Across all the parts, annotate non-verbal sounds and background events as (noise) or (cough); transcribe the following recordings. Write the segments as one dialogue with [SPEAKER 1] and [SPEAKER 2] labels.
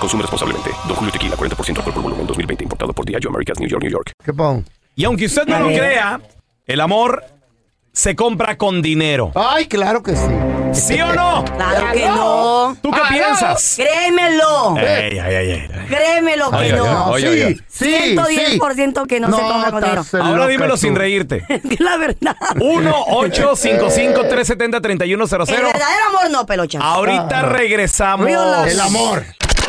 [SPEAKER 1] Consume responsablemente. Don Julio Tequila, 40% alcohol por volumen, 2020. Importado por Diageo Americas, New York, New York.
[SPEAKER 2] ¿Qué pon?
[SPEAKER 3] Y aunque usted no
[SPEAKER 2] A
[SPEAKER 3] lo
[SPEAKER 2] ver.
[SPEAKER 3] crea, el amor se compra con dinero.
[SPEAKER 2] Ay, claro que sí.
[SPEAKER 3] ¿Sí o no?
[SPEAKER 4] Claro que no.
[SPEAKER 3] ¿Tú qué piensas?
[SPEAKER 4] Créemelo.
[SPEAKER 3] Ey, ey, ey, ey.
[SPEAKER 4] Créemelo que
[SPEAKER 3] Ay, ay,
[SPEAKER 4] no.
[SPEAKER 3] ay. Eh. Oye, oye.
[SPEAKER 2] sí,
[SPEAKER 4] 110% que no, se compra con dinero.
[SPEAKER 2] estás
[SPEAKER 3] Ahora
[SPEAKER 2] loca
[SPEAKER 3] dímelo
[SPEAKER 2] tú.
[SPEAKER 4] (laughs)
[SPEAKER 3] sin reírte.
[SPEAKER 4] La verdad.
[SPEAKER 3] 1-855-370-3100.
[SPEAKER 4] El verdadero amor no, pelocha.
[SPEAKER 3] Ahorita regresamos.
[SPEAKER 4] Real love.
[SPEAKER 2] Ah. El amor.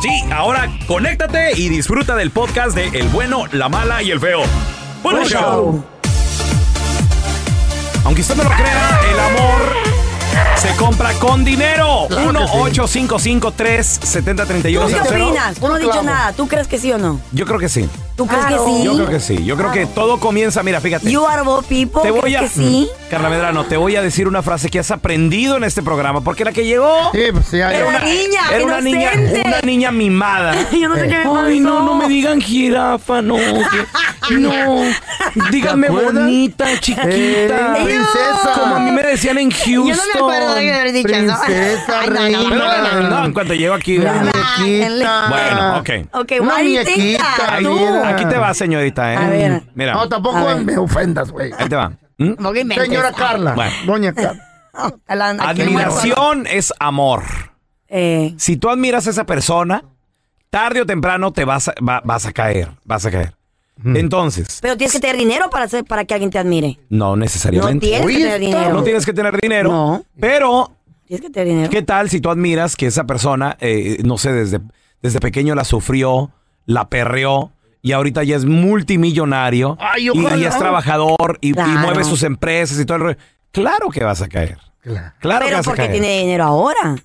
[SPEAKER 3] Sí, ahora conéctate y disfruta del podcast de El bueno, la mala y el feo. Bueno,
[SPEAKER 4] Buen
[SPEAKER 3] show.
[SPEAKER 4] show.
[SPEAKER 3] Aunque usted no lo crea, el amor se compra con dinero.
[SPEAKER 2] Claro que sí.
[SPEAKER 3] 1-855-370-3100.
[SPEAKER 4] ¿Tú qué opinas? Tú no has dicho
[SPEAKER 2] clavo.
[SPEAKER 4] nada. ¿Tú crees que sí o no?
[SPEAKER 3] Yo creo que sí.
[SPEAKER 4] ¿Tú crees que
[SPEAKER 5] Claro.
[SPEAKER 4] sí?
[SPEAKER 3] Yo creo que sí. Yo creo que todo comienza, mira, fíjate.
[SPEAKER 4] You are both people.
[SPEAKER 3] te voy
[SPEAKER 4] Oh, ¿Crees
[SPEAKER 3] a
[SPEAKER 4] que
[SPEAKER 3] Mm,
[SPEAKER 4] sí?
[SPEAKER 3] Carla Medrano, te voy a decir una frase que has aprendido en este programa, porque la que llegó
[SPEAKER 2] Sí, pues sí, hay-
[SPEAKER 4] Pero una niña,
[SPEAKER 3] era una niña,
[SPEAKER 4] inocente.
[SPEAKER 3] una niña mimada.
[SPEAKER 4] Yo no sé qué me pasó.
[SPEAKER 3] Ay, no, no me digan jirafa, no. que- no, díganme
[SPEAKER 2] ¿Te acuerdas?
[SPEAKER 3] bonita, chiquita.
[SPEAKER 2] Eh, princesa.
[SPEAKER 3] Como a mí me decían en Houston.
[SPEAKER 5] Yo no me acuerdo de haber dicho eso.
[SPEAKER 2] Princesa,
[SPEAKER 5] Ay, no, no,
[SPEAKER 2] reina.
[SPEAKER 3] Pero bueno, no, en cuanto llego aquí.
[SPEAKER 2] Una muñequita.
[SPEAKER 3] Bueno, ok.
[SPEAKER 4] Ok,
[SPEAKER 2] Una
[SPEAKER 4] why you think
[SPEAKER 2] muñequita,
[SPEAKER 4] that?
[SPEAKER 3] Ahí-
[SPEAKER 4] Tú.
[SPEAKER 2] mira.
[SPEAKER 3] aquí te va, señorita, ¿eh?
[SPEAKER 4] A ver.
[SPEAKER 3] Mira,
[SPEAKER 2] No,
[SPEAKER 4] A
[SPEAKER 2] tampoco
[SPEAKER 4] ver.
[SPEAKER 2] me ofendas, güey.
[SPEAKER 3] ahí te va. ¿Mm?
[SPEAKER 5] Tampoco inventes.
[SPEAKER 2] Señora Carla.
[SPEAKER 3] Bueno.
[SPEAKER 2] Doña Carla.
[SPEAKER 4] (laughs) Ala- aquí muerto.
[SPEAKER 3] Admiración es amor.
[SPEAKER 4] Eh,
[SPEAKER 3] Si tú admiras a esa persona, tarde o temprano te vas a, va- vas a caer, vas a caer.
[SPEAKER 2] Mm.
[SPEAKER 3] Entonces,
[SPEAKER 4] pero tienes que tener dinero para, hacer, para que alguien te admire.
[SPEAKER 3] no
[SPEAKER 4] No
[SPEAKER 3] necesariamente.
[SPEAKER 4] tienes que tener dinero.
[SPEAKER 3] No tienes que tener dinero,
[SPEAKER 4] No.
[SPEAKER 3] pero
[SPEAKER 4] Tienes que tener dinero.
[SPEAKER 3] ¿qué tal si tú admiras que esa persona, eh, no sé, desde, desde pequeño la sufrió, la perreó y ahorita ya es multimillonario
[SPEAKER 2] Ay,
[SPEAKER 3] y,
[SPEAKER 2] ojalá.
[SPEAKER 3] y es trabajador y, y
[SPEAKER 4] Claro.
[SPEAKER 3] mueve sus empresas y todo el rollo? Claro que vas a caer.
[SPEAKER 2] Claro.
[SPEAKER 3] Claro que
[SPEAKER 4] pero
[SPEAKER 3] vas a
[SPEAKER 4] porque
[SPEAKER 3] caer.
[SPEAKER 4] tiene dinero ahora.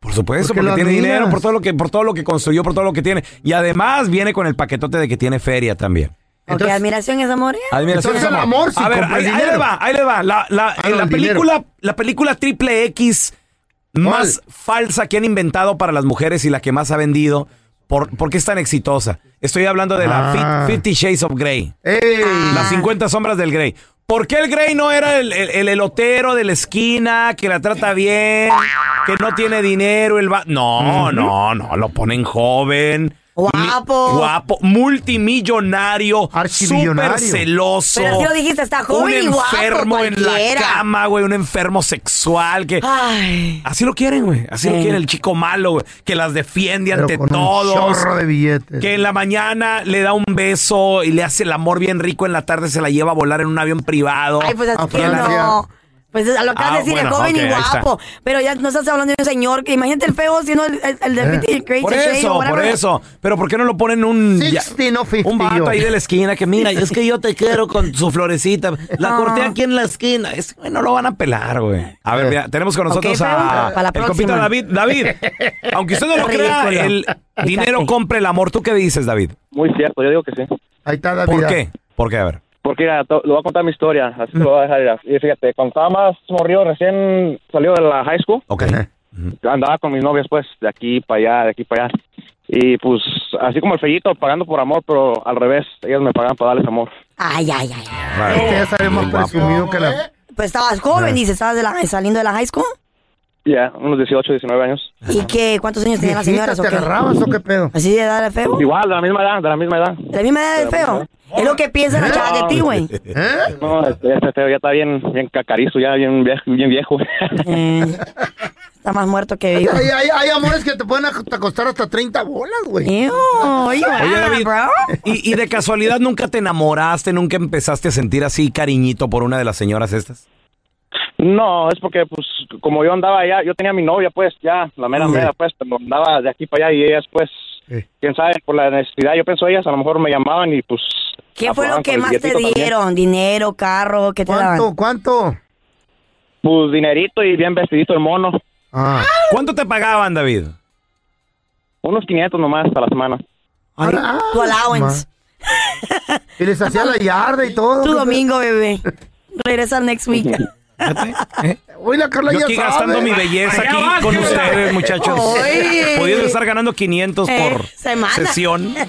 [SPEAKER 3] Por supuesto,
[SPEAKER 2] Porque
[SPEAKER 3] porque,
[SPEAKER 2] lo
[SPEAKER 3] tiene
[SPEAKER 2] admiras.
[SPEAKER 3] dinero, por todo lo que, por todo lo que construyó, por todo lo que tiene. Y además viene con el paquetote de que tiene feria también.
[SPEAKER 4] ok,
[SPEAKER 2] Entonces-
[SPEAKER 4] admiración es amor. ¿eh?
[SPEAKER 3] Admiración
[SPEAKER 2] Entonces
[SPEAKER 3] es
[SPEAKER 2] el amor sí
[SPEAKER 3] A ver,
[SPEAKER 2] compra
[SPEAKER 3] ahí,
[SPEAKER 2] el
[SPEAKER 3] ahí le
[SPEAKER 2] dinero.
[SPEAKER 3] va, ahí le va. La, la-
[SPEAKER 2] Ah, no,
[SPEAKER 3] la
[SPEAKER 2] el
[SPEAKER 3] película, la película triple X más falsa que han inventado para las mujeres y la que más ha vendido. ¿Por, por qué es tan exitosa? Estoy hablando de la
[SPEAKER 2] Ah.
[SPEAKER 3] Fif- Fifty Shades of Grey.
[SPEAKER 2] Ey,
[SPEAKER 6] Eh.
[SPEAKER 3] Las 50 sombras del Grey. ¿Por qué el Grey no era el, el- el elotero de la esquina que la trata bien, que no tiene dinero? El va- no, no, no, lo ponen joven.
[SPEAKER 4] Guapo.
[SPEAKER 3] mi- guapo, multimillonario,
[SPEAKER 2] Archimillonario.
[SPEAKER 3] súper celoso.
[SPEAKER 4] Pero así lo dijiste, está
[SPEAKER 3] Un
[SPEAKER 4] joven y guapo.
[SPEAKER 3] enfermo en la
[SPEAKER 4] cualquiera.
[SPEAKER 3] cama, güey, un enfermo sexual que...
[SPEAKER 4] Ay.
[SPEAKER 3] Así lo quieren, güey. Así lo
[SPEAKER 4] Sí.
[SPEAKER 3] quieren el chico malo, güey. Que las defiende
[SPEAKER 2] pero
[SPEAKER 3] ante
[SPEAKER 2] con un
[SPEAKER 3] todos.
[SPEAKER 2] chorro de billetes.
[SPEAKER 3] Que en la mañana le da un beso y le hace el amor bien rico, en la tarde se la lleva a volar en un avión privado.
[SPEAKER 4] Ay, pues
[SPEAKER 2] A
[SPEAKER 4] así que
[SPEAKER 2] Francia.
[SPEAKER 4] no. (laughs) Pues Pues a lo que vas
[SPEAKER 3] Ah,
[SPEAKER 4] a decir,
[SPEAKER 3] bueno,
[SPEAKER 4] es joven
[SPEAKER 3] ok,
[SPEAKER 4] y
[SPEAKER 3] ahí está.
[SPEAKER 4] guapo. Pero ya no estás hablando de un señor. que Imagínate el feo siendo el, el, el
[SPEAKER 2] Eh,
[SPEAKER 4] deputy Crazy
[SPEAKER 3] Por
[SPEAKER 4] Shane o
[SPEAKER 3] eso, por
[SPEAKER 4] whatever.
[SPEAKER 3] eso. Pero ¿por qué no lo ponen un... ya-
[SPEAKER 2] 60, no 50.
[SPEAKER 3] Un
[SPEAKER 2] yo.
[SPEAKER 3] vato ahí de la esquina que mira, es que yo te quiero con su florecita.
[SPEAKER 4] Ah.
[SPEAKER 3] La corté aquí en la esquina. Ese güey no lo van a pelar, güey. A ver, mira, tenemos con nosotros
[SPEAKER 4] Ok,
[SPEAKER 3] a
[SPEAKER 4] pero para la
[SPEAKER 3] el compita
[SPEAKER 4] próxima.
[SPEAKER 3] David. David, aunque usted no lo
[SPEAKER 4] Ridículo.
[SPEAKER 3] crea, el dinero
[SPEAKER 4] Fíjate.
[SPEAKER 3] compra el amor. ¿Tú qué dices, David?
[SPEAKER 7] Muy cierto, yo digo que sí.
[SPEAKER 2] Ahí está David.
[SPEAKER 3] ¿Por qué? ¿Por qué? A ver.
[SPEAKER 7] Porque mira, to- lo voy a contar mi historia, así te lo voy a dejar. mira. Y fíjate, cuando estaba más morrido, recién salió de la high school,
[SPEAKER 3] Ok.
[SPEAKER 2] Ajá.
[SPEAKER 7] andaba con mis novias, pues, de aquí para allá, de aquí para allá. Y pues, así como el fellito, pagando por amor, pero al revés, ellas me pagan para darles amor.
[SPEAKER 4] Ay, ay, ay. ay.
[SPEAKER 2] Este ya sabe más presumido que la.
[SPEAKER 4] Pues estabas joven, dice, estabas de la- saliendo de la high school.
[SPEAKER 7] Ya, unos 18, 19 años.
[SPEAKER 4] ¿Y qué? ¿Cuántos años tenían las
[SPEAKER 2] Viejita,
[SPEAKER 4] señoras o
[SPEAKER 2] ¿Te
[SPEAKER 4] qué?
[SPEAKER 2] agarrabas o qué pedo?
[SPEAKER 4] ¿Así de edad de feo?
[SPEAKER 7] Igual, de la misma edad, de la misma edad.
[SPEAKER 4] ¿De la misma edad de feo? Es lo que piensan las chavas Ah, de ti, güey.
[SPEAKER 2] ¿Eh?
[SPEAKER 7] No, este, este feo ya está bien, bien cacarizo, ya bien viejo. Bien viejo.
[SPEAKER 4] Eh, está más muerto que vivo.
[SPEAKER 2] Hay, hay- hay amores que te pueden ac- costar hasta 30 bolas, güey.
[SPEAKER 4] Ew, oye,
[SPEAKER 3] Oye, David,
[SPEAKER 4] Ah, bro.
[SPEAKER 3] ¿y, y de casualidad nunca te enamoraste, nunca empezaste a sentir así cariñito por una de las señoras estas?
[SPEAKER 7] No, es porque, pues, como yo andaba allá, yo tenía mi novia, pues, ya, la mera mera, pues, pero andaba de aquí para allá y ellas, pues,
[SPEAKER 2] Sí.
[SPEAKER 7] quién sabe, por la necesidad, yo pienso ellas, a lo mejor me llamaban y, pues...
[SPEAKER 4] ¿Qué fue lo
[SPEAKER 7] aprobaban
[SPEAKER 4] que
[SPEAKER 7] con el
[SPEAKER 4] más te
[SPEAKER 7] billetito también.
[SPEAKER 4] dieron? ¿Dinero, carro? ¿Qué te daban?
[SPEAKER 2] ¿Cuánto? ¿Cuánto?
[SPEAKER 7] Pues, dinerito y bien vestidito el mono,
[SPEAKER 2] Ah.
[SPEAKER 3] ¿Cuánto te pagaban, David?
[SPEAKER 7] unos 500 nomás a la semana.
[SPEAKER 2] Ah,
[SPEAKER 4] Tu allowance.
[SPEAKER 2] Y les hacía la yarda y todo.
[SPEAKER 4] Tu domingo, bebé. Regresa next week.
[SPEAKER 3] (laughs) Fíjate, ¿eh?
[SPEAKER 2] Hoy la Carla
[SPEAKER 3] Yo
[SPEAKER 2] ya
[SPEAKER 3] aquí
[SPEAKER 2] sabe.
[SPEAKER 3] gastando mi belleza aquí con ustedes, muchachos.
[SPEAKER 4] Oye.
[SPEAKER 3] Pudiendo estar ganando 500
[SPEAKER 4] Eh,
[SPEAKER 3] por
[SPEAKER 4] semana.
[SPEAKER 3] sesión.
[SPEAKER 2] (laughs)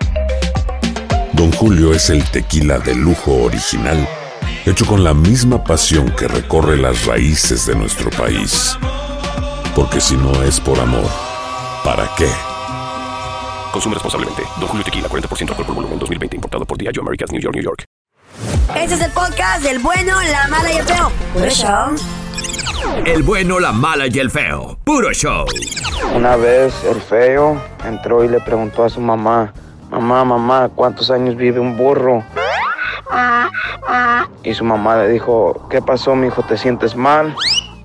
[SPEAKER 6] Don Julio es el tequila de lujo original, hecho con la misma pasión que recorre las raíces de nuestro país. Porque si no es por amor, ¿para qué?
[SPEAKER 1] Consume responsablemente. Don Julio Tequila 40% alcohol por volumen 2020 importado por Diageo Americas New York New York.
[SPEAKER 4] Ese es el podcast del bueno, la mala y el feo. Por eso.
[SPEAKER 8] El bueno, la mala y el feo. Puro show.
[SPEAKER 7] Una vez el feo entró y le preguntó a su mamá, mamá, mamá, ¿cuántos años vive un burro? Y su mamá le dijo, ¿qué pasó, mijo? ¿Te sientes mal?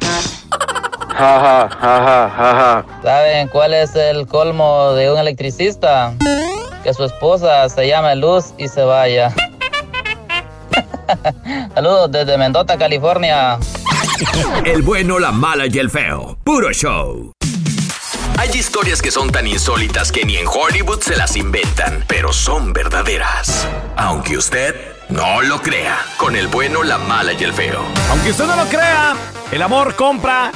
[SPEAKER 7] Ja, ja, ja, ja, ja, ja.
[SPEAKER 9] ¿Saben cuál es el colmo de un electricista? Que su esposa se llame Luz y se vaya. (laughs) Saludos desde Mendota, California.
[SPEAKER 8] El bueno, la mala y el feo. Puro show. Hay historias que son tan insólitas que ni en Hollywood se las inventan, pero son verdaderas. Aunque usted no lo crea, con el bueno, la mala y el feo.
[SPEAKER 3] Aunque usted no lo crea, el amor compra,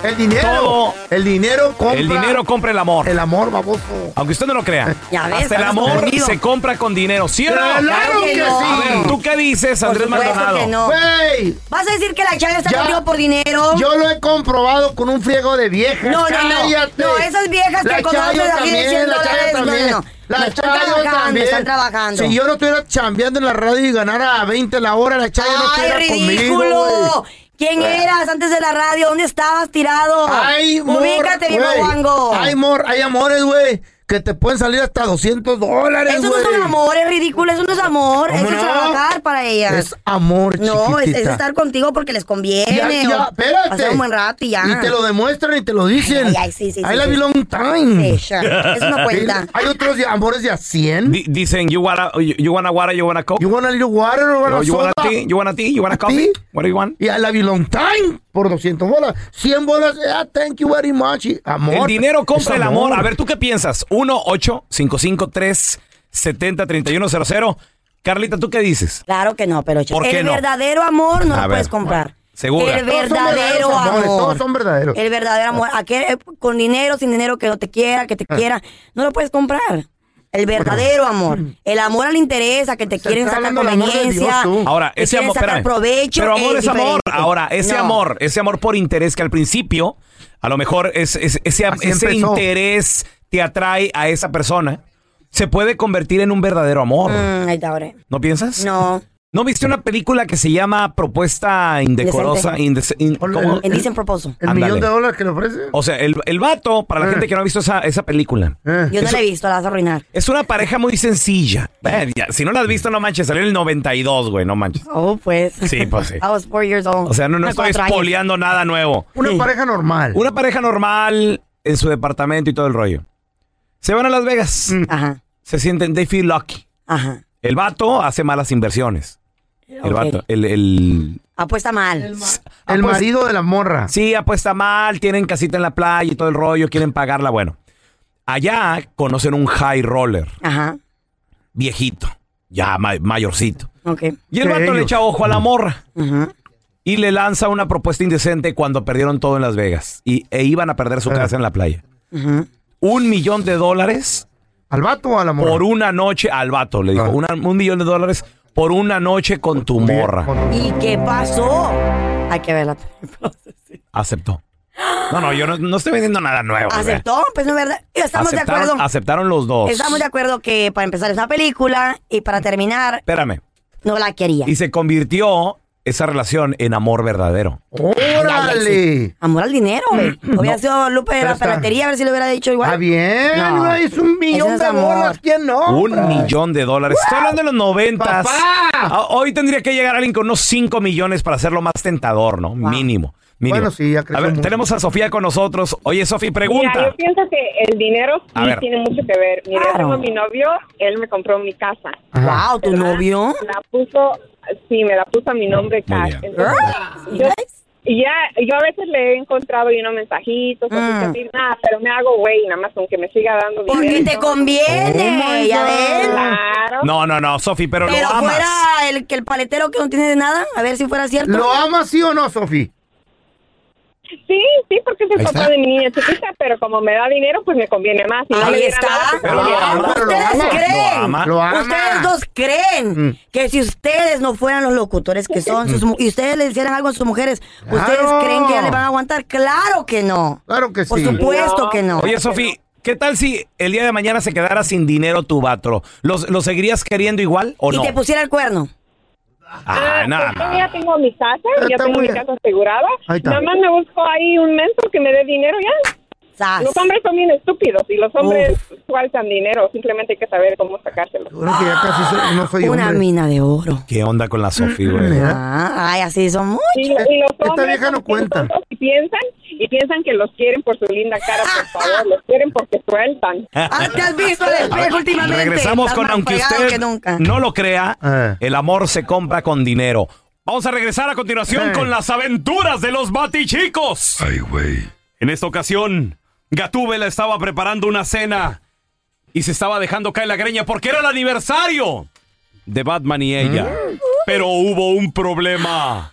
[SPEAKER 2] El dinero.
[SPEAKER 3] Todo.
[SPEAKER 2] El dinero compra.
[SPEAKER 3] el dinero compra el amor.
[SPEAKER 2] El amor, baboso.
[SPEAKER 3] Aunque usted no lo crea,
[SPEAKER 4] Ya ves,
[SPEAKER 3] hasta el
[SPEAKER 4] estás
[SPEAKER 3] amor
[SPEAKER 4] perdido.
[SPEAKER 3] se compra con dinero, ¿cierto?
[SPEAKER 2] ¡Claro que
[SPEAKER 3] A ver,
[SPEAKER 2] sí!
[SPEAKER 3] ¿tú qué dices,
[SPEAKER 4] Por
[SPEAKER 3] Andrés
[SPEAKER 4] supuesto
[SPEAKER 3] Maldonado?
[SPEAKER 4] que no.
[SPEAKER 2] ¡Güey!
[SPEAKER 4] ¿Vas a decir que la chava está
[SPEAKER 2] Ya.
[SPEAKER 4] contigo por dinero?
[SPEAKER 2] Yo lo he comprobado con un friego de viejas.
[SPEAKER 4] No, no, no.
[SPEAKER 2] Cállate.
[SPEAKER 4] No, esas viejas que
[SPEAKER 2] La
[SPEAKER 4] conoces
[SPEAKER 2] Chayo
[SPEAKER 4] así de
[SPEAKER 2] también,
[SPEAKER 4] 100
[SPEAKER 2] la Chayo
[SPEAKER 4] dólares, no,
[SPEAKER 2] también.
[SPEAKER 4] no, no.
[SPEAKER 2] La
[SPEAKER 4] No, están
[SPEAKER 2] Chayo
[SPEAKER 4] trabajando,
[SPEAKER 2] también.
[SPEAKER 4] están trabajando.
[SPEAKER 2] Si yo no estuviera chambeando en la radio y ganara a 20 la hora, la Chayo no
[SPEAKER 4] ¡Ay,
[SPEAKER 2] estuviera conmigo.
[SPEAKER 4] ridículo!
[SPEAKER 2] güey.
[SPEAKER 4] ¿Quién eras antes de la radio? ¿Dónde estabas tirado?
[SPEAKER 2] Ay, amor,
[SPEAKER 4] Ubícate, viejo
[SPEAKER 2] güey.
[SPEAKER 4] guango.
[SPEAKER 2] Ay, amor, hay amores, güey, que te pueden salir hasta 200 dólares,
[SPEAKER 4] Eso no
[SPEAKER 2] güey.
[SPEAKER 4] es un amor, es ridículo, eso no es amor,
[SPEAKER 2] ¿Cómo
[SPEAKER 4] eso es
[SPEAKER 2] no?
[SPEAKER 4] trabajar para ellas.
[SPEAKER 2] Es amor,
[SPEAKER 4] no, es, es
[SPEAKER 2] chiquitita.
[SPEAKER 4] estar contigo porque les conviene.
[SPEAKER 2] Ya,
[SPEAKER 4] o
[SPEAKER 2] ya, espérate.
[SPEAKER 4] Pasar un buen rato y ya.
[SPEAKER 2] Y te lo demuestran y te lo dicen.
[SPEAKER 4] Ay, ay, ay, sí, sí,
[SPEAKER 2] I
[SPEAKER 4] sí,
[SPEAKER 2] love
[SPEAKER 4] sí.
[SPEAKER 2] you long time.
[SPEAKER 4] Sí, ya, Eso
[SPEAKER 2] (laughs)
[SPEAKER 4] no cuenta.
[SPEAKER 2] Hay otros de- amores de a 100.
[SPEAKER 3] Di- dicen, you, wanna, you, you wanna water, you wanna coke,
[SPEAKER 2] You want a little water or
[SPEAKER 3] Yo,
[SPEAKER 2] a
[SPEAKER 3] you wanna
[SPEAKER 2] soda?
[SPEAKER 3] tea, you wanna tea, you wanna
[SPEAKER 2] ¿A ti?
[SPEAKER 3] coffee, what do you want?
[SPEAKER 2] Y I love you long time. por 200 bolas. 100 bolas, ah, thank you very much. Y Amor.
[SPEAKER 3] el dinero compra
[SPEAKER 2] es
[SPEAKER 3] el amor. A ver, ¿tú qué piensas? 1 8 553 70 31 00 Carlita, ¿tú qué dices?
[SPEAKER 4] Claro que no, pero
[SPEAKER 3] ¿Por qué
[SPEAKER 4] el
[SPEAKER 3] no?
[SPEAKER 4] verdadero amor no lo
[SPEAKER 3] A ver,
[SPEAKER 4] puedes comprar.
[SPEAKER 3] ¿Segura?
[SPEAKER 4] El
[SPEAKER 3] Todos son
[SPEAKER 4] verdadero
[SPEAKER 2] verdaderos amores,
[SPEAKER 4] amor.
[SPEAKER 2] todos Ah. son verdaderos.
[SPEAKER 4] El verdadero amor. Aquel, eh, con dinero, sin dinero, que no te quiera, que te
[SPEAKER 2] Ah.
[SPEAKER 4] quiera, no lo puedes comprar. El verdadero amor. El amor al interés, a que te quieren sacar
[SPEAKER 2] hablando del amor de
[SPEAKER 4] conveniencia.
[SPEAKER 3] Ahora,
[SPEAKER 4] te
[SPEAKER 3] ese
[SPEAKER 4] quieren
[SPEAKER 3] amor,
[SPEAKER 4] sacar
[SPEAKER 3] espérame.
[SPEAKER 4] provecho.
[SPEAKER 3] pero amor es, amor.
[SPEAKER 4] diferente.
[SPEAKER 3] Ahora, ese
[SPEAKER 4] No.
[SPEAKER 3] amor, ese amor por interés que al principio, a lo mejor es, es- ese,
[SPEAKER 2] Así
[SPEAKER 3] ese
[SPEAKER 2] empezó.
[SPEAKER 3] interés te atrae a esa persona, se puede convertir en un verdadero amor.
[SPEAKER 4] Mm, ahí está, ahora.
[SPEAKER 3] ¿No piensas?
[SPEAKER 4] No.
[SPEAKER 3] ¿No viste una película que se llama Propuesta Indecorosa? Indece- in- ¿cómo?
[SPEAKER 4] En Dicen Proposal.
[SPEAKER 3] El millón Ándale. de
[SPEAKER 2] dólares que le ofrece?
[SPEAKER 3] O sea, el, el vato, para
[SPEAKER 4] Ah.
[SPEAKER 3] la gente que no ha visto esa, esa película,
[SPEAKER 4] Yo no
[SPEAKER 3] Eso-
[SPEAKER 4] la he visto, la vas a arruinar.
[SPEAKER 3] es una pareja muy sencilla. Eh, ya, si no la has visto, no manches, salió en el 92, güey, no manches.
[SPEAKER 4] Oh, pues.
[SPEAKER 3] Sí, pues sí.
[SPEAKER 4] I was four years old.
[SPEAKER 3] O sea, no, no
[SPEAKER 4] A
[SPEAKER 3] estoy
[SPEAKER 4] cuatro años.
[SPEAKER 3] espoleando nada nuevo.
[SPEAKER 2] Una pareja normal.
[SPEAKER 3] Una pareja normal en su departamento y todo el rollo. Se van a Las Vegas.
[SPEAKER 4] Ajá.
[SPEAKER 3] Se sienten, they feel lucky.
[SPEAKER 4] Ajá.
[SPEAKER 3] El vato hace malas inversiones. El vato, el, el-
[SPEAKER 4] Apuesta Pues mal.
[SPEAKER 2] El
[SPEAKER 3] Apuesta-
[SPEAKER 2] marido de la morra.
[SPEAKER 3] Ah, pues, Sí, apuesta mal, tienen casita en la playa y todo el rollo, quieren pagarla. Bueno, allá conocen un high roller,
[SPEAKER 4] Ajá.
[SPEAKER 3] viejito, ya ma- mayorcito.
[SPEAKER 4] Ok.
[SPEAKER 3] Y el vato le echa ojo a la morra. Y le lanza una propuesta indecente cuando perdieron todo en Las Vegas. Y, e iban a perder su casa en la playa. Un millón de dólares.
[SPEAKER 2] ¿Al vato o a la morra?
[SPEAKER 3] Por una noche, al vato le dijo. una- un millón de dólares por una noche con tu morra.
[SPEAKER 4] ¿Y qué pasó? Hay que verla.
[SPEAKER 3] Aceptó. No, no, yo no, no estoy vendiendo nada nuevo. güey.
[SPEAKER 4] ¿Aceptó? Pues no es verdad. Estamos de
[SPEAKER 3] aceptaron,
[SPEAKER 4] acuerdo.
[SPEAKER 3] aceptaron los dos.
[SPEAKER 4] Estamos de acuerdo que para empezar esa película y para terminar,
[SPEAKER 3] Espérame.
[SPEAKER 4] no la quería.
[SPEAKER 3] Y se convirtió esa relación en amor verdadero.
[SPEAKER 2] ¡Órale!
[SPEAKER 4] Amor al dinero, güey. Hubiera sido Lupe de
[SPEAKER 3] Pero
[SPEAKER 4] la
[SPEAKER 3] está-
[SPEAKER 4] ferretería, a ver si lo hubiera dicho igual.
[SPEAKER 2] Está bien,
[SPEAKER 4] No.
[SPEAKER 2] güey, es un millón
[SPEAKER 4] Ese
[SPEAKER 2] de
[SPEAKER 4] es amor.
[SPEAKER 2] bolas. ¿Quién no?
[SPEAKER 3] Un millón de dólares. Estoy hablando de los noventas. Ah, Hoy tendría que llegar alguien con unos cinco millones para hacerlo más tentador, ¿no? Mínimo. mínimo.
[SPEAKER 2] Bueno, sí, ya creció
[SPEAKER 3] A ver,
[SPEAKER 2] mucho.
[SPEAKER 3] tenemos a Sofía con nosotros. Oye, Sofía,
[SPEAKER 10] Mira,
[SPEAKER 3] pregunta.
[SPEAKER 10] yo pienso que el dinero
[SPEAKER 3] A
[SPEAKER 10] sí
[SPEAKER 3] ver.
[SPEAKER 10] tiene mucho que ver. Mira,
[SPEAKER 3] Claro.
[SPEAKER 10] tengo a mi novio, él me compró mi casa.
[SPEAKER 3] Ajá.
[SPEAKER 4] Wow, ¿tu
[SPEAKER 10] ¿Verdad?
[SPEAKER 4] novio?
[SPEAKER 10] La puso, sí, me la puso a mi nombre cash.
[SPEAKER 3] bien.
[SPEAKER 10] Entonces,
[SPEAKER 4] Ah,
[SPEAKER 10] yo, ya, yo a veces le he encontrado y unos mensajitos, cositas
[SPEAKER 4] Mm.
[SPEAKER 10] así, nada, pero me hago güey, nada más aunque me siga dando dinero.
[SPEAKER 4] Porque te
[SPEAKER 2] Oh
[SPEAKER 4] conviene, ya ves.
[SPEAKER 10] Claro.
[SPEAKER 3] No, no, no, Sofía, pero,
[SPEAKER 4] Pero
[SPEAKER 3] lo amas.
[SPEAKER 4] fuera el que el paletero que no tiene de nada, a ver si fuera cierto.
[SPEAKER 2] ¿Lo amas sí o no, Sofi?
[SPEAKER 10] Sí, sí, porque es el
[SPEAKER 2] Ahí
[SPEAKER 10] papá
[SPEAKER 2] está.
[SPEAKER 10] de mi niña chiquita, pero como me da dinero, pues me conviene más. Si no
[SPEAKER 4] Ahí
[SPEAKER 10] le diera
[SPEAKER 4] está.
[SPEAKER 10] nada, pues,
[SPEAKER 3] Pero lo
[SPEAKER 10] conviene
[SPEAKER 3] ama,
[SPEAKER 10] más.
[SPEAKER 3] pero lo
[SPEAKER 4] ¿Ustedes
[SPEAKER 3] ama.
[SPEAKER 4] creen?
[SPEAKER 3] Lo ama. Lo ama.
[SPEAKER 4] Ustedes dos creen
[SPEAKER 2] Mm.
[SPEAKER 4] que si ustedes no fueran los locutores que son sus mu- y ustedes le hicieran algo a sus mujeres, ¿ustedes
[SPEAKER 2] Claro.
[SPEAKER 4] creen que ya le van a aguantar? Claro que no.
[SPEAKER 2] Claro que
[SPEAKER 4] Por
[SPEAKER 2] sí.
[SPEAKER 4] supuesto que no.
[SPEAKER 3] Oye, Sofía, ¿qué tal si el día de mañana se quedara sin dinero tu vato? ¿Los- ¿Lo seguirías queriendo igual o
[SPEAKER 4] y
[SPEAKER 3] no?
[SPEAKER 4] te pusiera el cuerno.
[SPEAKER 3] Ah, no,
[SPEAKER 10] Pues
[SPEAKER 3] no.
[SPEAKER 10] yo ya tengo mi casa, ya
[SPEAKER 2] Ah, está
[SPEAKER 10] tengo
[SPEAKER 2] muy
[SPEAKER 10] mi
[SPEAKER 2] bien.
[SPEAKER 10] casa asegurada.
[SPEAKER 2] Ahí está.
[SPEAKER 10] Nada más me busco ahí un menso que me dé dinero ya.
[SPEAKER 4] Sas.
[SPEAKER 10] Los hombres son bien estúpidos y los hombres faltan dinero. Simplemente hay que saber cómo sacárselo.
[SPEAKER 2] Creo que ya casi soy- no soy
[SPEAKER 4] Una
[SPEAKER 2] hombre. Mm,
[SPEAKER 4] mina de oro.
[SPEAKER 3] ¿Qué onda con la Sofía, güey? ¿Eh?
[SPEAKER 2] ¿Verdad?
[SPEAKER 4] Ah, ay, así son muchos.
[SPEAKER 10] Y, lo- y los
[SPEAKER 2] Esta
[SPEAKER 10] hombres
[SPEAKER 2] vieja
[SPEAKER 10] son
[SPEAKER 2] no cuenta.
[SPEAKER 10] tontos Y piensan, y piensan que los quieren por su linda cara,
[SPEAKER 4] (laughs)
[SPEAKER 10] por favor. los quieren porque sueltan.
[SPEAKER 4] Ah, ¿Te has visto
[SPEAKER 2] (laughs)
[SPEAKER 4] el
[SPEAKER 3] A ver,
[SPEAKER 4] espejo últimamente?
[SPEAKER 3] Regresamos
[SPEAKER 4] Estás
[SPEAKER 3] con
[SPEAKER 4] más
[SPEAKER 3] aunque
[SPEAKER 4] fregado
[SPEAKER 3] usted
[SPEAKER 4] que nunca.
[SPEAKER 3] no lo crea,
[SPEAKER 2] Eh.
[SPEAKER 3] el amor se compra con dinero. Vamos a regresar a continuación
[SPEAKER 2] Eh.
[SPEAKER 3] con las aventuras de los batichicos.
[SPEAKER 6] Ay, güey.
[SPEAKER 3] En esta ocasión, Gatúbela estaba preparando una cena y se estaba dejando caer la greña porque era el aniversario de Batman y ella. Pero hubo un
[SPEAKER 2] Mm.
[SPEAKER 3] problema.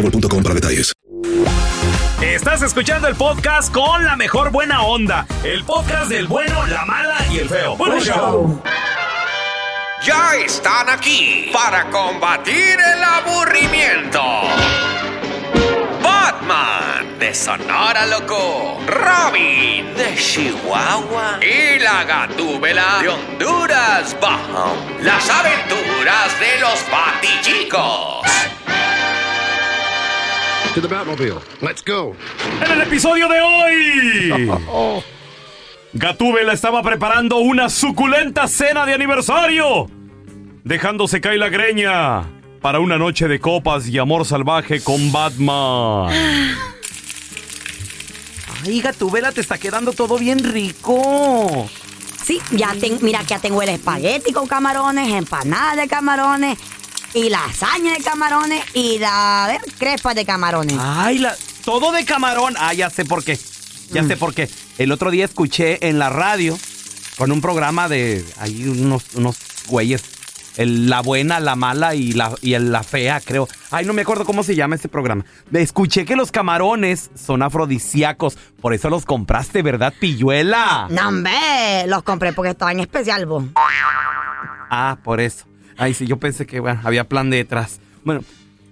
[SPEAKER 11] para detalles.
[SPEAKER 1] Estás escuchando el podcast con la mejor buena onda. El podcast del bueno, la mala y el feo. Bueno, show.
[SPEAKER 8] Ya están aquí para combatir el aburrimiento. Batman de Sonora Loco, Robin de Chihuahua y la Gatúbela de Honduras Bajo. Las aventuras de los Batichicos.
[SPEAKER 12] To the Batmobile. Let's go. Oh.
[SPEAKER 13] En el episodio de
[SPEAKER 12] (laughs)
[SPEAKER 13] hoy. Gatúbela estaba preparando una suculenta cena de aniversario, dejándose caer la greña para una noche de copas y amor salvaje con Batman.
[SPEAKER 3] (gasps) Ay, Gatúbela, te está quedando todo bien rico.
[SPEAKER 4] Sí, ya ten- mira que ya tengo el espagueti con camarones, empanada de camarones, y lasaña de camarones, y la a ver, crepa de camarones.
[SPEAKER 3] Ay, la, todo de camarón. Ah, ya sé por qué. Ya
[SPEAKER 4] Mm.
[SPEAKER 3] sé por qué. El otro día escuché en la radio con un programa de ahí unos, unos güeyes. el- la buena, la mala y la, y el- la fea, creo. Ay, no me acuerdo cómo se llama este programa. Escuché que los camarones son afrodisíacos. Por eso los compraste, ¿verdad, pilluela?
[SPEAKER 4] No, hombre, los compré porque estaban en especial, vos.
[SPEAKER 3] Ah, por eso. Ay, sí, yo pensé que bueno, había plan de detrás. Bueno,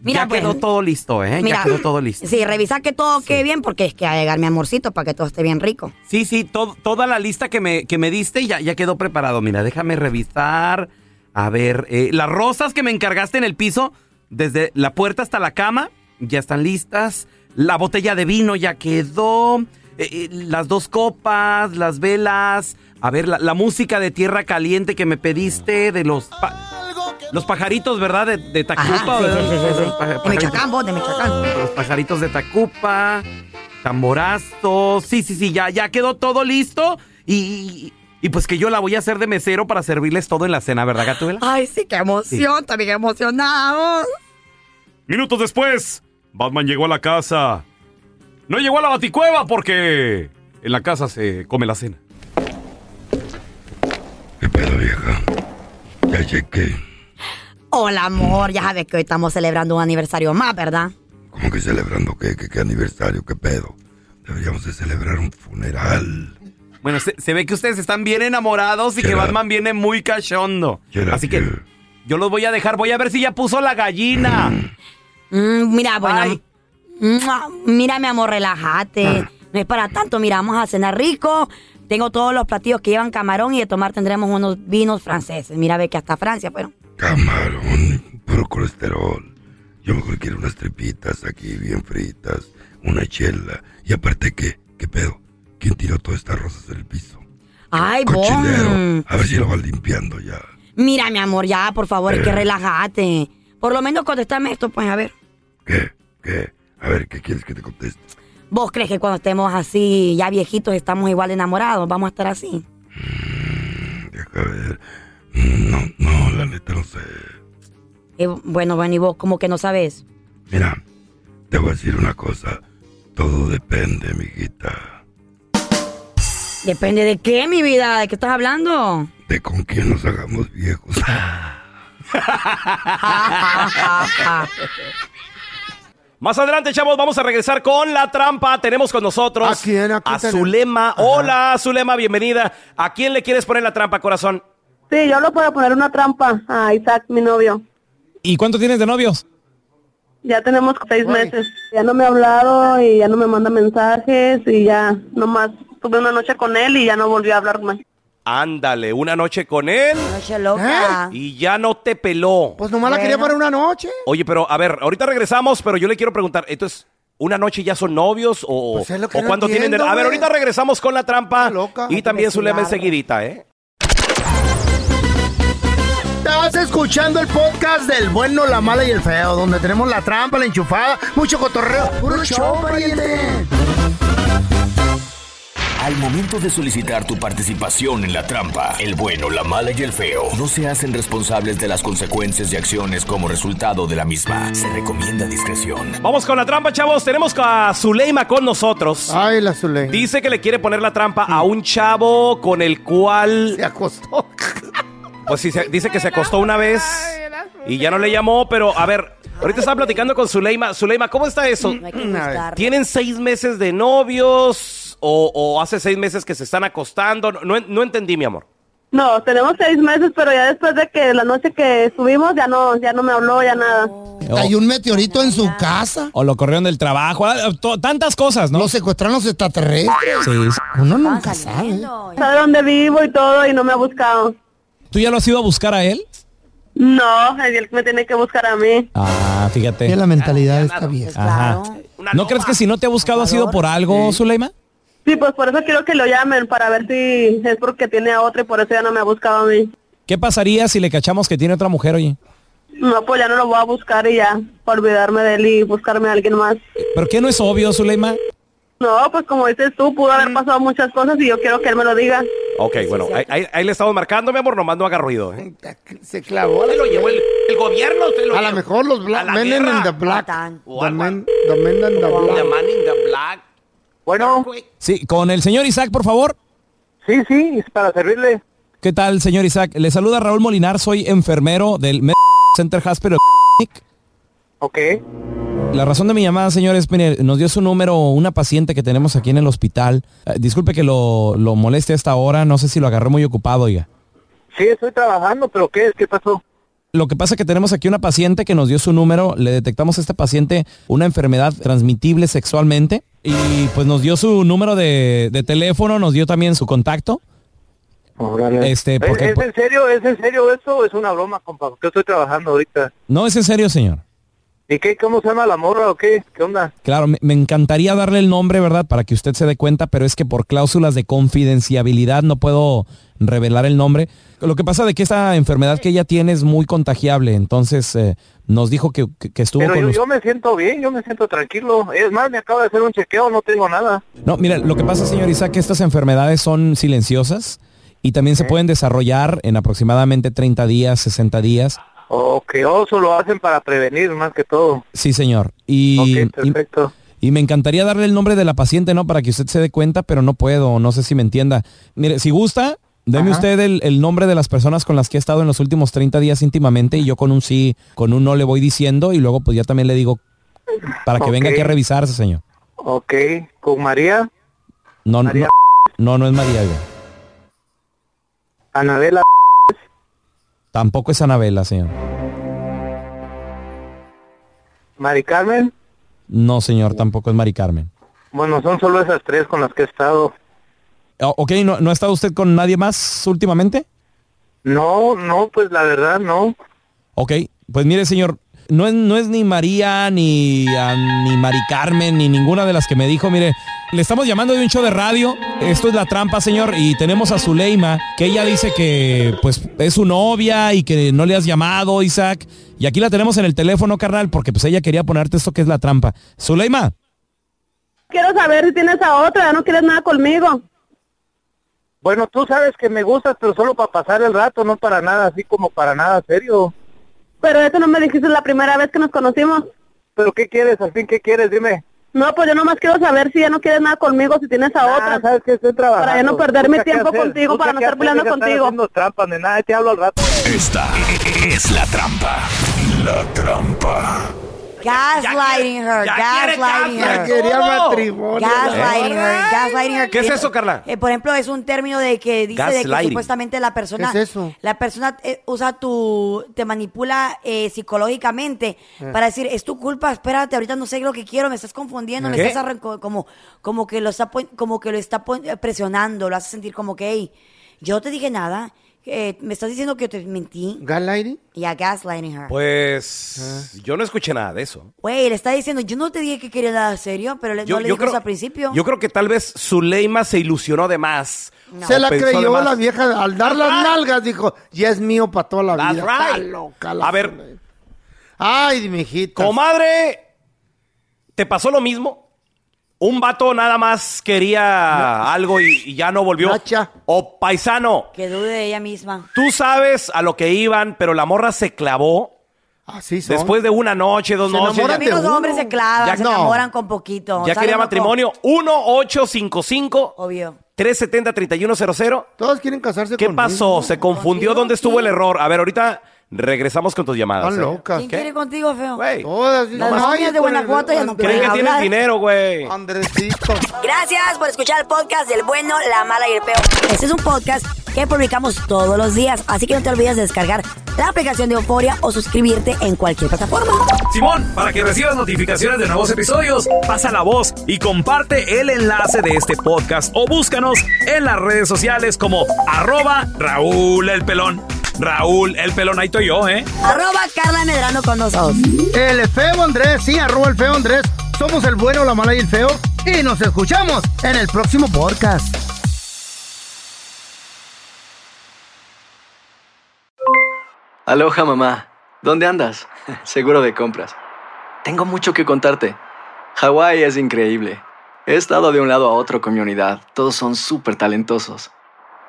[SPEAKER 4] Mira,
[SPEAKER 3] ya quedó
[SPEAKER 4] pues,
[SPEAKER 3] todo listo, ¿eh?
[SPEAKER 4] mira,
[SPEAKER 3] ya quedó todo listo.
[SPEAKER 4] Sí, revisa que todo quede bien porque es que va a llegar mi amorcito para que todo esté bien rico.
[SPEAKER 3] Sí, sí, to- toda la lista que me, que me diste ya, ya quedó preparado. Mira, déjame revisar. A ver, eh, las rosas que me encargaste en el piso, desde la puerta hasta la cama, ya están listas. La botella de vino ya quedó. Eh, eh, las dos copas, las velas. A ver, la, la música de tierra caliente que me pediste, de los... pa- los pajaritos, ¿verdad? De, de Tacupa.
[SPEAKER 4] sí,
[SPEAKER 3] ¿verdad?
[SPEAKER 4] sí, sí, sí.
[SPEAKER 3] Esos paja-
[SPEAKER 4] De
[SPEAKER 3] pajaritos
[SPEAKER 4] Michoacán, vos, de Michoacán.
[SPEAKER 3] los pajaritos de Tacupa, tamborazo, sí, sí, sí, ya, ya quedó todo listo y, y- y pues que yo la voy a hacer de mesero para servirles todo en la cena, ¿verdad, Gatuela?
[SPEAKER 4] Ay, sí, qué emoción, también emocionados.
[SPEAKER 13] (gasps) Minutos después, Batman llegó a la casa. No llegó a la baticueva porque en la casa se come la cena.
[SPEAKER 12] Ya llegué.
[SPEAKER 4] Hola, amor, ya sabes que hoy estamos celebrando un aniversario más, ¿verdad?
[SPEAKER 12] Como que celebrando qué, qué, qué aniversario, qué pedo. Deberíamos de celebrar un funeral.
[SPEAKER 3] Bueno, se, se ve que ustedes están bien enamorados y que Batman viene muy cachondo. Así que yo los voy a dejar, voy a ver si ya puso la gallina.
[SPEAKER 12] (laughs)
[SPEAKER 3] (laughs)
[SPEAKER 4] Mm, mira, bueno. mua, Mira, mi amor, relájate. No es para tanto, mira, vamos a cenar rico. Tengo todos los platillos que llevan camarón y de tomar tendremos unos vinos franceses. Mira, ve que hasta Francia fueron.
[SPEAKER 12] Camarón, puro colesterol. Yo mejor quiero unas tripitas aquí bien fritas, una chela. Y aparte, ¿qué? ¿Qué pedo? ¿Quién tiró todas estas rosas en el piso?
[SPEAKER 4] Ay,
[SPEAKER 12] Cochinero.
[SPEAKER 4] bon.
[SPEAKER 12] A ver si lo van limpiando ya.
[SPEAKER 4] Mira, mi amor, ya, por favor, es que relájate. Por lo menos contéstame esto, pues, a ver.
[SPEAKER 12] ¿Qué? ¿Qué? A ver, ¿qué quieres que te conteste?
[SPEAKER 4] ¿Vos crees que cuando estemos así, ya viejitos, estamos igual de enamorados? ¿Vamos a estar así?
[SPEAKER 12] A ver. Mm, No, no, la neta no sé.
[SPEAKER 4] Eh, bueno, bueno, y vos como que no sabes.
[SPEAKER 12] Mira, te voy a decir una cosa. Todo depende, mijita,
[SPEAKER 4] Depende de qué, mi vida, ¿de qué estás hablando?
[SPEAKER 12] de con quién nos hagamos viejos.
[SPEAKER 1] Más adelante, chavos, vamos a regresar con la trampa. Tenemos con nosotros a,
[SPEAKER 14] tenemos.
[SPEAKER 1] Zulema. Hola, Zulema, bienvenida. ¿A quién le quieres poner la trampa, corazón?
[SPEAKER 14] Sí, yo lo puedo poner una trampa a Isaac, mi novio.
[SPEAKER 15] ¿Y cuánto tienes de novios?
[SPEAKER 14] Ya tenemos seis meses. Ya no me ha hablado y ya no me manda mensajes y ya nomás tuve una noche con él y ya no volvió a hablarme.
[SPEAKER 1] Ándale, una noche con él.
[SPEAKER 2] ¿Eh?
[SPEAKER 1] Y ya no te peló.
[SPEAKER 2] Pues nomás la quería para una noche.
[SPEAKER 1] Oye, pero a ver, ahorita regresamos, pero yo le quiero preguntar, entonces, ¿una noche ya son novios o,
[SPEAKER 2] Pues es lo que
[SPEAKER 1] o
[SPEAKER 2] no
[SPEAKER 1] cuándo tienen...
[SPEAKER 2] entiendo,
[SPEAKER 1] de- A ver,
[SPEAKER 2] güey.
[SPEAKER 1] ahorita regresamos con la trampa y también
[SPEAKER 2] Qué
[SPEAKER 1] Zulema
[SPEAKER 2] chulada.
[SPEAKER 1] enseguidita, ¿eh?
[SPEAKER 2] Está Estás escuchando el podcast del bueno, la mala y el feo, donde tenemos la trampa, la enchufada, mucho cotorreo. ¡Puro show, pariente!
[SPEAKER 8] Al momento de solicitar tu participación en la trampa, el bueno, la mala y el feo no se hacen responsables de las consecuencias y acciones como resultado de la misma. Se recomienda discreción.
[SPEAKER 16] Vamos con la trampa, chavos. Tenemos a Zuleima con nosotros.
[SPEAKER 2] Ay, la Zuleima. Mm.
[SPEAKER 16] Dice que le quiere poner la trampa a un chavo con el cual. Se
[SPEAKER 2] acostó.
[SPEAKER 16] (laughs) Pues sí, se- dice que se acostó una vez y ya no le llamó, pero a ver, ahorita estaba platicando con Zuleima. Zuleima, ¿cómo está eso?
[SPEAKER 4] No Mm, hay que juzgar.
[SPEAKER 16] ¿Tienen seis meses de novios o, o hace seis meses que se están acostando? No, no- no entendí, mi amor.
[SPEAKER 14] No, tenemos seis meses, pero ya después de que la noche que estuvimos ya no, ya no me habló, ya nada.
[SPEAKER 3] Hay
[SPEAKER 2] un meteorito en su casa.
[SPEAKER 3] O lo corrieron del trabajo. ah, to- Tantas cosas, ¿no? Lo
[SPEAKER 2] secuestraron los extraterrestres.
[SPEAKER 3] Sí.
[SPEAKER 2] Uno nunca sabe.
[SPEAKER 14] Sabe dónde vivo y todo y no me ha buscado.
[SPEAKER 3] ¿Tú ya lo has ido a buscar a él?
[SPEAKER 14] No, es el que me tiene que buscar a mí.
[SPEAKER 3] Ah, fíjate.
[SPEAKER 2] la mentalidad está bien.
[SPEAKER 3] Ajá. ¿No crees que si no te ha buscado ha sido por algo, Zuleima?
[SPEAKER 14] Sí, pues por eso quiero que lo llamen para ver si es porque tiene a otro y por eso ya no me ha buscado a mí.
[SPEAKER 3] ¿Qué pasaría si le cachamos que tiene otra mujer, oye?
[SPEAKER 14] No, pues ya no lo voy a buscar y ya, para olvidarme de él y buscarme a alguien más.
[SPEAKER 3] ¿Pero qué no es obvio, Zuleima?
[SPEAKER 14] No, pues como dices tú, pudo
[SPEAKER 17] Mm.
[SPEAKER 14] haber pasado muchas cosas y yo quiero que él me lo diga.
[SPEAKER 16] Ok, bueno, ahí, ahí- ahí le estamos marcando, mi amor, nomás no haga ruido. ¿eh?
[SPEAKER 2] Se clavó.
[SPEAKER 16] lo llevó el, gobierno.
[SPEAKER 2] a lo mejor los black men in the black. The men, the men in the black.
[SPEAKER 17] Bueno.
[SPEAKER 3] Sí, con el señor Isaac, por favor.
[SPEAKER 17] Sí, sí, para servirle.
[SPEAKER 3] ¿Qué tal, señor Isaac? Le saluda Raúl Molinar, soy enfermero del Med- Center Hospital.
[SPEAKER 17] Ok.
[SPEAKER 3] La razón de mi llamada, señores, mire, nos dio su número una paciente que tenemos aquí en el hospital. Eh, disculpe que lo, lo moleste a esta hora, no sé si lo agarré muy ocupado, oiga.
[SPEAKER 17] Sí, estoy trabajando, pero ¿qué es? ¿Qué pasó?
[SPEAKER 3] Lo que pasa es que tenemos aquí una paciente que nos dio su número, le detectamos a esta paciente una enfermedad transmitible sexualmente y pues nos dio su número de, de teléfono, nos dio también su contacto. Este,
[SPEAKER 17] ¿Es,
[SPEAKER 3] porque,
[SPEAKER 17] es en serio? ¿Es en serio eso o es una broma, compa? Porque yo estoy trabajando ahorita.
[SPEAKER 3] no, es en serio, señor.
[SPEAKER 17] ¿Y qué? ¿Cómo se llama la morra o qué? ¿Qué onda?
[SPEAKER 3] Claro, me, me encantaría darle el nombre, ¿verdad? Para que usted se dé cuenta, pero es que por cláusulas de confidenciabilidad no puedo revelar el nombre. Lo que pasa de que esta enfermedad que ella tiene es muy contagiable, entonces eh, nos dijo que, que- que estuvo
[SPEAKER 17] Pero
[SPEAKER 3] con
[SPEAKER 17] yo,
[SPEAKER 3] usted.
[SPEAKER 17] yo me siento bien, yo me siento tranquilo. Es más, me acabo de hacer un chequeo, no tengo nada.
[SPEAKER 3] No, mira, lo que pasa, señor Isaac, que estas enfermedades son silenciosas y también se pueden desarrollar en aproximadamente 30 días, 60 días.
[SPEAKER 17] Ok, oso lo hacen para prevenir más que todo.
[SPEAKER 3] Sí, señor. Y,
[SPEAKER 17] Ok, perfecto.
[SPEAKER 3] Y, y me encantaría darle el nombre de la paciente, ¿no? Para que usted se dé cuenta, pero no puedo, no sé si me entienda. Mire, si gusta, deme
[SPEAKER 17] Ajá.
[SPEAKER 3] usted el, el nombre de las personas con las que he estado en los últimos 30 días íntimamente y yo con un sí, con un no le voy diciendo y luego pues ya también le digo para que venga
[SPEAKER 17] Ok.
[SPEAKER 3] aquí a revisarse, señor.
[SPEAKER 17] Ok, con María,
[SPEAKER 3] No, no,
[SPEAKER 17] María.
[SPEAKER 3] no, no es María. güey.
[SPEAKER 17] Anabela.
[SPEAKER 3] Tampoco es Anabela, señor.
[SPEAKER 17] Mari Carmen.
[SPEAKER 3] No, señor, tampoco es Mari Carmen.
[SPEAKER 17] Bueno, son solo esas tres con las que he estado.
[SPEAKER 3] O- Oh, ok, ¿no, ¿no ha estado usted con nadie más últimamente?
[SPEAKER 17] No, no, pues la verdad no.
[SPEAKER 3] Ok, pues mire, señor, no es, no es ni María, ni, a- ni Mari Carmen, ni ninguna de las que me dijo. Mire, le estamos llamando de un show de radio. Esto es la trampa, señor. Y tenemos a Zuleima, que ella dice que pues es su novia y que no le has llamado, Isaac. Y aquí la tenemos en el teléfono, carnal, porque pues ella quería ponerte esto que es la trampa. Zuleima,
[SPEAKER 14] Quiero saber si tienes a otro, ya no quieres nada conmigo.
[SPEAKER 17] Bueno, tú sabes que me gustas, pero solo para pasar el rato, no para nada, así como para nada serio.
[SPEAKER 14] Pero eso no me dijiste la primera vez que nos conocimos.
[SPEAKER 17] ¿Pero qué quieres? Al fin, ¿qué quieres? Dime.
[SPEAKER 14] No, pues yo nomás quiero saber si ya no quieres nada conmigo, si tienes a otra.
[SPEAKER 17] Ah, sabes que estoy trabajando.
[SPEAKER 14] Para ya no perder mi
[SPEAKER 17] Mucha que
[SPEAKER 14] tiempo
[SPEAKER 17] hacer,
[SPEAKER 14] contigo,
[SPEAKER 17] mucha
[SPEAKER 14] para no
[SPEAKER 17] que
[SPEAKER 14] estar
[SPEAKER 17] hacer,
[SPEAKER 14] peleando
[SPEAKER 17] deja estar
[SPEAKER 14] contigo.
[SPEAKER 17] haciendo trampas ni nada, te hablo al rato.
[SPEAKER 8] Esta es la trampa. La trampa.
[SPEAKER 4] Gaslighting her, gaslighting her.
[SPEAKER 2] Ya quería matrimonio.
[SPEAKER 4] Gaslighting her, gaslighting her.
[SPEAKER 16] ¿Eh? ¿Qué es eso, Carla?
[SPEAKER 4] Eh, por ejemplo, es un término de que dice de que
[SPEAKER 16] Gaslighting.
[SPEAKER 4] supuestamente la persona,
[SPEAKER 16] ¿Qué es eso?
[SPEAKER 4] la persona eh, usa tu, te manipula eh, psicológicamente
[SPEAKER 18] Eh.
[SPEAKER 4] para decir es tu culpa, espérate, ahorita no sé lo que quiero, me estás confundiendo,
[SPEAKER 18] ¿Qué?
[SPEAKER 4] me estás arranco- como, como eh, que lo está pon- como que lo está pon- presionando, lo hace sentir como que hey, yo no te dije nada. que Eh, ¿Me estás diciendo que te mentí?
[SPEAKER 2] ¿Gaslighting?
[SPEAKER 4] Yeah, gaslighting her.
[SPEAKER 2] Ah.
[SPEAKER 3] Pues yo no escuché nada de eso.
[SPEAKER 4] Güey, le está diciendo, yo no te dije que quería nada serio, pero le-
[SPEAKER 3] Yo-
[SPEAKER 4] no le
[SPEAKER 3] yo
[SPEAKER 4] dijo
[SPEAKER 3] creo-
[SPEAKER 4] eso al principio.
[SPEAKER 3] Yo creo que tal vez Zuleima se ilusionó de más.
[SPEAKER 4] No.
[SPEAKER 2] Se la
[SPEAKER 3] Pensó de
[SPEAKER 2] creyó
[SPEAKER 3] más.
[SPEAKER 2] la vieja al dar las nalgas, dijo, ya es mío para toda la
[SPEAKER 3] That's
[SPEAKER 2] vida.
[SPEAKER 3] right.
[SPEAKER 2] Está loca la
[SPEAKER 3] A ver.
[SPEAKER 2] Zulema. Ay, mi hijita.
[SPEAKER 3] Comadre, ¿te pasó lo mismo? Un vato nada más quería algo y, y ya no volvió. O paisano,
[SPEAKER 4] Que dude de ella misma.
[SPEAKER 3] tú sabes a lo que iban, pero la morra se clavó.
[SPEAKER 2] Así
[SPEAKER 4] son.
[SPEAKER 3] Después de una noche, dos noches. ya-
[SPEAKER 4] Los mismos hombres se clavan,
[SPEAKER 3] Ya-
[SPEAKER 4] se
[SPEAKER 3] no.
[SPEAKER 4] enamoran con poquito.
[SPEAKER 3] Ya
[SPEAKER 4] salen
[SPEAKER 3] quería
[SPEAKER 4] uno con-
[SPEAKER 3] matrimonio. 1-855.
[SPEAKER 4] Obvio.
[SPEAKER 3] 370-3100.
[SPEAKER 2] Todos quieren casarse
[SPEAKER 3] ¿Qué pasó? ¿Se confundió? ¿Dónde estuvo el error? A ver, ahorita regresamos con tus llamadas. ¿eh?
[SPEAKER 4] ¿Quién quiere contigo, feo?
[SPEAKER 2] Todas.
[SPEAKER 4] Las novias de Guanajuato ya no
[SPEAKER 3] Creen
[SPEAKER 4] pueden
[SPEAKER 3] que tienen
[SPEAKER 4] hablar.
[SPEAKER 3] dinero, güey.
[SPEAKER 2] Andresito.
[SPEAKER 4] Gracias por escuchar el podcast del bueno, la mala y el feo. Este es un podcast que publicamos todos los días, así que no te olvides de descargar la aplicación de Euforia o suscribirte en cualquier plataforma.
[SPEAKER 3] Simón, para que recibas notificaciones de nuevos episodios, pasa la voz y comparte el enlace de este podcast o búscanos en las redes sociales como arroba Raúl el Pelón. Raúl el Pelón, ahí estoy yo, ¿eh?
[SPEAKER 4] Arroba Carla Medrano con nosotros.
[SPEAKER 2] El feo Andrés, sí, arroba el feo Andrés. Somos el bueno, la mala y el feo. Y nos escuchamos en el próximo podcast.
[SPEAKER 19] Aloha mamá, ¿dónde andas? (laughs) Seguro de compras. Tengo mucho que contarte. Hawái es increíble. He estado de un lado a otro con mi unidad. Todos son súper talentosos.